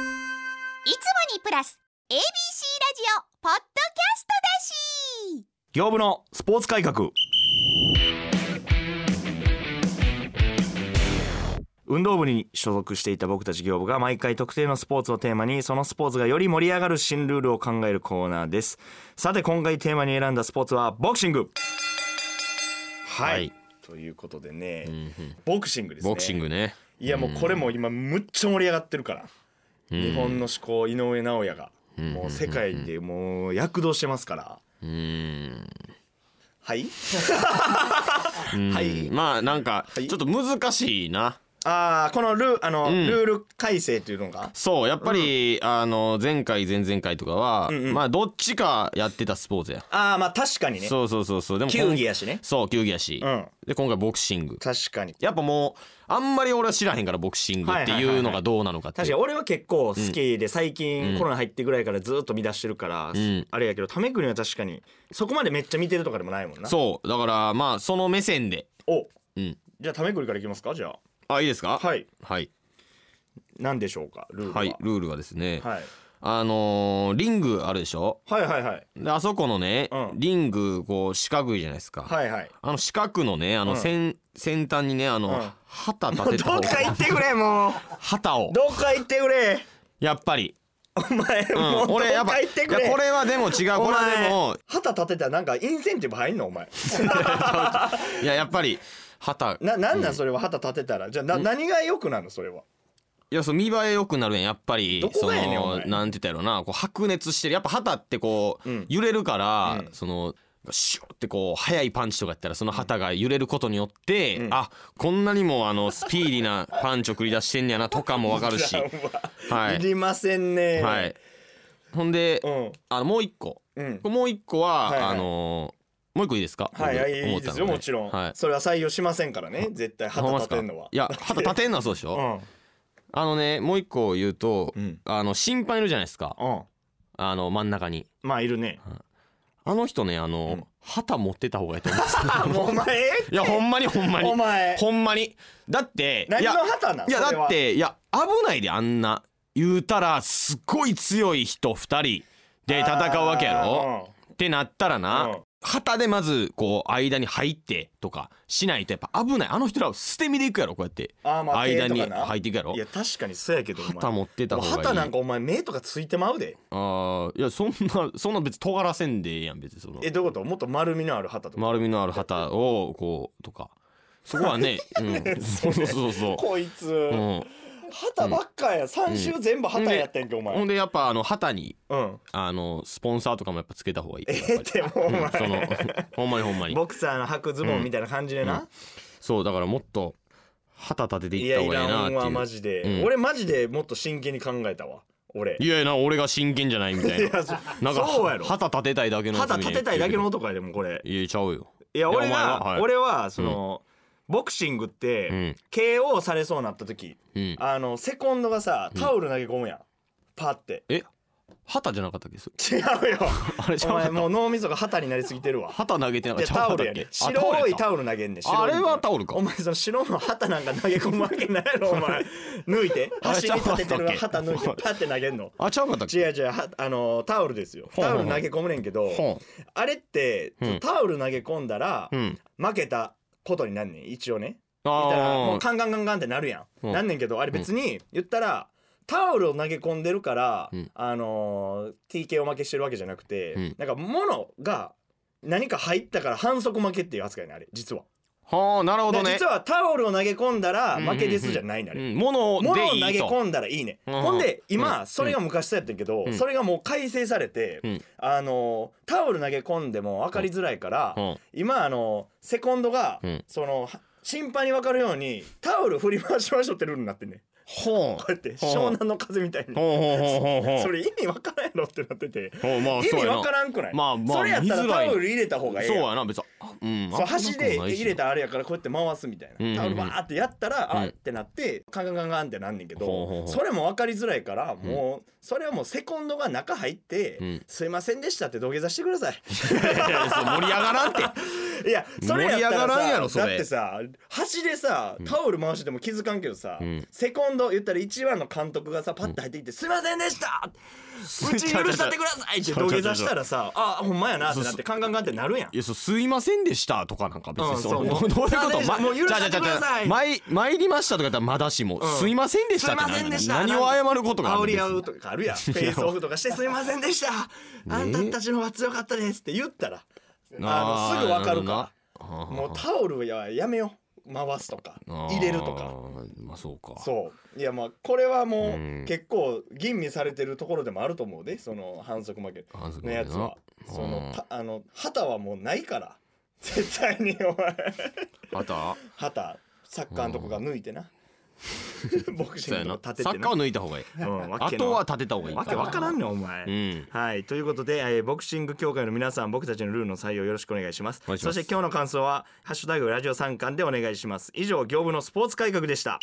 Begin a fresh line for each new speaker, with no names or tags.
いつもにプラス ABC ラジオポッドキャストだし
業務のスポーツ改革運動部に所属していた僕たち業務が毎回特定のスポーツをテーマにそのスポーツがより盛り上がる新ルールを考えるコーナーですさて今回テーマに選んだスポーツはボクシングはい、
はい
ということでね、
うんうん
ボクシングですね
ボクシングね。
いやもうこれも今むっちゃ盛り上がってるから、日本の思考井上尚弥が
ん
もう世界でもう躍動してますから
うん。
はい
は
はい
まあなんか
はい
ちょっと難しいな。
ああこのルーあの、
ん
ルール改正というのが
そうやっぱり、あの前回前々回とかは、
んうん
まあどっちかやってたスポーツや。
ああまあ確かにね
そうそうそうそうでもこん
球技やしね
そう球技やし、
うん
で今回ボクシング
確かに
やっぱもうあんまり俺は知らへんからボクシングっていうのがどうなのかって
確
い
かに
う
俺は結構好きで最近
うん
コロナ入ってぐらいからずっと見出してるから、
ん
あれやけど為国は確かにそこまでめっちゃ見てるとかでもないもんな
そうだからまあその目線で
お
うん
じゃあ為国からいきますかじゃ
あいいですか
あはい
はい、
何でしょうかルールは、
はいルールはですね、
はい、
あのーリングあるでしょ
はいはいはい
であそこのね、
うん
リングこう四角いじゃないですか、
はいはい
あの四角のねあの先,、先端にねあの、
うん
旗立てた
ど
方
っか行
が
ってくれもう
旗を
どっか行ってくれ
やっぱり、
お前、
うん
もうどっ
俺やっ
か
ぱい
行ってくれ
やこれはでも違う
お
これはで
前
も
旗立てたらなんかインセンティブ入んのお前
いややっぱり旗
ななんなんそれは旗立てたらじゃあな何が良くなるのそれはい
やその見栄え良くなるやんやっぱり
どこがやねん
その
お前
なんて言ったやろなこう白熱してるやっぱ旗ってこう、
うん
揺れるから、
うん
そのシュッてこう速いパンチとかやったらその旗が揺れることによって、
うん
あこんなにもあのスピーディーなパンチを繰り出してんねやなとかもわ かるし
じゃあ
はいい
りませんね
はいほんで、
うん
あのもう一個
うん
もう一個は、
はいはい
あのーもう一個いいですか
はいはいいい
僕
です
思ったの
よもちろん
はい
それは採用しませんからね絶対旗
ほんまっ
立
すか
てんのはい
や旗立てんのはそうでしょ、
うん
あのねもう一個言うと、
うん
あの審判いるじゃないですか
うん
あの真ん中に
まあいる ね
あの人ねあの、
ん
旗持ってた方がいいと思うんです
もうお前
いやほんまにほんまに
お前
ほんまにだって
何
いや
の旗なん
いや
それ
だ
は
っていや危ないであんな言うたらすっごい強い人2人で戦うわけやろ
あ
ってなったらな、
うん
旗でまずこう間に入ってとかしないとやっぱ危ないあの人らを捨て身でいくやろこうやって
ーあーまあ
間に
手とかな
入っていくやろ
いや確かにそうやけどお前
旗持ってた方がいい
旗なんかお前目とかついてまうで
ああいやそんな そんな別に尖らせんでええやん別にその
えどういうこともっと丸みのある旗とか
丸みのある旗をこうとかそこは ね、うん、そうそうそうそ
こいつ
う、うん、
旗ばっかや3週全部旗やってんけお
ほ
前
んでやっぱあの旗に
うん
あのスポンサーとかもやっぱつけた方がいい
え
や
え
っ
ってもうお
ぱりうんそ
前
の ほんまにほんまに
ボクサーの履くズボンみたいな感じでな
そうだからもっと旗立てて
い
いっ
や
た
い
方が
ら
いい
ん
なっ
わ
ていう
マジで、
うん
俺マジでもっと真剣に考えたわ俺
いやいやな俺が真剣じゃないみたい
い
な
やそ
なんか
そうやろ
旗立てたいだけのやつ
肌
み
立
な
てたいだけの男やでもこれ
いやちゃ
い
うよ
や
いや
俺
お前
が
ははい
俺はその、ボクシングって、
うん
KO されそうになった時
うん
あのセコンドがさタオル投げ込むやん、パって
え旗じゃなかったっけそれ
違うよ
あれちゃ
お
うかっ
前
た
もう脳みそが旗になりすぎてるわ
旗投げてなん
い
か
や
ちゃ
タオ
うかった
ルや
っけ
ね
あタオルや
白
っ
い
た
タオル投げんねん白い
あれはタオルか
お前その白の旗なんか投げ込むわけないやろお 前抜いて
あれ
走り立ててる旗抜い
ちゃうわ
てパって投げんの
あちゃうかったっ
違う
け
違うはあのタオルですよ
ほう
タ
ほう
オ
ほ
ル
う
投げ込むねんけど
ほ
あれって
うん
タオル投げ込んだら
ううん
負けたことになんねん一応ね言ったらも
あ
うカンカンカンカンってなるや
うんん
なんねんけどあれ別に言ったらタオルを投げ込んでるから
うん
あのー TK を負けしてるわけじゃなく
う
て
ん
なんか物が何か入ったから反則負けっていう扱いねあれ実は
あはあなるほど
で
ね
実はタオルを投げ込んだら
うんうんうん
負けですじゃないんだあれ
うん物
物を
で
投
いいと
げ込んだらいいね、
うん
ほんで今、
うん
それが昔そうやってんけど、
うん
それがもう改正されて、
うん
あのータオル投げ込んでも分かりづらいから、
うん
今あのーセコンドが、
うん
そのは審判に分かるようにタオル振り回しましょうってルールになってんねん
ほう
こうやって湘南の風みたいに、
ほうほうほうほうほう
それ意味分からんやろってなってて、
ほうまあ
意
そう
味
やな
分からんくない、
まあまあ
それやった
見づ
ら
らい
タオル入れた方がええ
そう
やん
やな別にあうん
そう端で
危なくもないし
入れたあれやからこうやって回すみたい
うんうんう
な、
ん
タオルバーってやったら、
うん
あーってなってカンカンカンカンってなんねんけど、
ほうほうほう
それも分かりづらいからもうそれはもうセコンドが中入って「
うん
すいませんでした」って土下座してください。
いやいやそう盛り上がらんって
いやそれやったらさ
盛り上がらんやろそれ
だってさ端でさタオル回しても気づかんけどさ、
ん
セコンド言ったら1話の監督がさパッと入ってきて「すいませんで した!」うちに許したってくださいって土下座したらさあほんまやなってなってカンカンカンってなるやん
いやそうすいませんでしたとかなんか別
うん
にそう,、
そう
どういうこと、
もう許してください
じゃあじゃあじゃあ参参りましたとか言ったらまだしも、
ん
すいませんでし
す
た
い
って
ませんでした
何を謝ることがある
煽
んで
り
す
合うとかあるやんフェイスオフとかして「すいませんでしたあんたたちの方が強かったです」って言ったらあのすぐ分かるから
も
もうタオルはやめよう回すとか入れるとか
まあそうか
そういやまあこれはも
うん
う結構吟味されてるところでもあると思うでその反則負け
反則負
のや
けな
つは
うん
そのたあの旗はもうないから 絶対にお前
あとは
旗サッカーのとこが抜いて なボクシ
そ
ン
うや
グの
な
立てて
サ
な
ッカーを抜いた方がいい
うんわ
あ
けの
とは立てた方がいい
わけわからんねんお前、
うん
はいということで、えーボクシング協会の皆さん僕たちのルールの採用よろしくお願いします
お願いし
そ
ます
して今日の感想は「ハッシュタグラジオ三冠」でお願いします以上業務のスポーツ改革でした